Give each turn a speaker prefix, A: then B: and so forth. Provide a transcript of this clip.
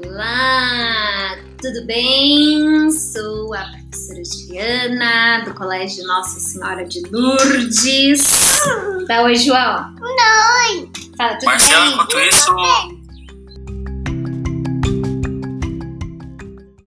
A: Olá, tudo bem? Sou a professora Juliana, do Colégio Nossa Senhora de Lourdes. Dá oi, João. Oi. Fala, tudo
B: Marcelo,
A: bem?
B: enquanto isso,